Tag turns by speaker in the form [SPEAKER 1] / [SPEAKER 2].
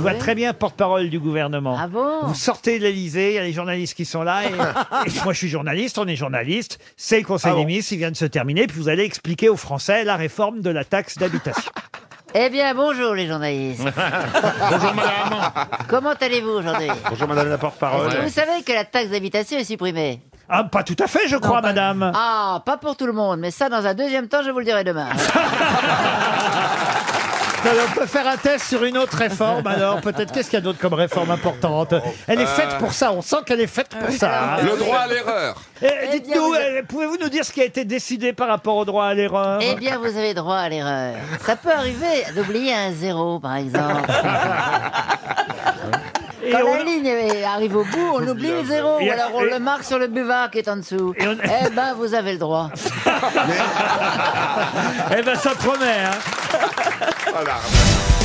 [SPEAKER 1] vous êtes très bien porte-parole du gouvernement.
[SPEAKER 2] Ah bon
[SPEAKER 1] vous sortez de l'Elysée, il y a les journalistes qui sont là. Et, et moi, je suis journaliste, on est journaliste. C'est le Conseil des ministres, il vient de se terminer. Puis vous allez expliquer aux Français la réforme de la taxe d'habitation.
[SPEAKER 2] Eh bien, bonjour les journalistes.
[SPEAKER 3] Ah,
[SPEAKER 4] Bonjour madame.
[SPEAKER 2] Comment allez-vous aujourd'hui
[SPEAKER 4] Bonjour madame la porte-parole.
[SPEAKER 2] Est-ce que vous savez que la taxe d'habitation est supprimée
[SPEAKER 1] Ah, pas tout à fait, je crois, madame.
[SPEAKER 2] Ah, pas pour tout le monde, mais ça dans un deuxième temps, je vous le dirai demain.
[SPEAKER 1] Alors, on peut faire un test sur une autre réforme, alors peut-être qu'est-ce qu'il y a d'autre comme réforme importante Elle est faite pour ça, on sent qu'elle est faite pour ça. hein.
[SPEAKER 3] Le droit à l'erreur.
[SPEAKER 1] Eh,
[SPEAKER 2] Eh bien,
[SPEAKER 1] Dites-nous,
[SPEAKER 2] vous
[SPEAKER 1] eh, pouvez-vous nous dire ce qui a été décidé par rapport au droit à l'erreur
[SPEAKER 2] Eh bien, vous avez droit à l'erreur. Ça peut arriver d'oublier un zéro, par exemple.
[SPEAKER 1] Et
[SPEAKER 2] Quand
[SPEAKER 1] on-
[SPEAKER 2] la ligne est- arrive au bout, on oublie le zéro,
[SPEAKER 1] Et-
[SPEAKER 2] ou alors on
[SPEAKER 1] et-
[SPEAKER 2] le marque sur le buvard qui est en dessous.
[SPEAKER 1] Et on-
[SPEAKER 2] Eh ben, vous avez le droit.
[SPEAKER 1] Eh ben, ça promet. hein.
[SPEAKER 3] Voilà.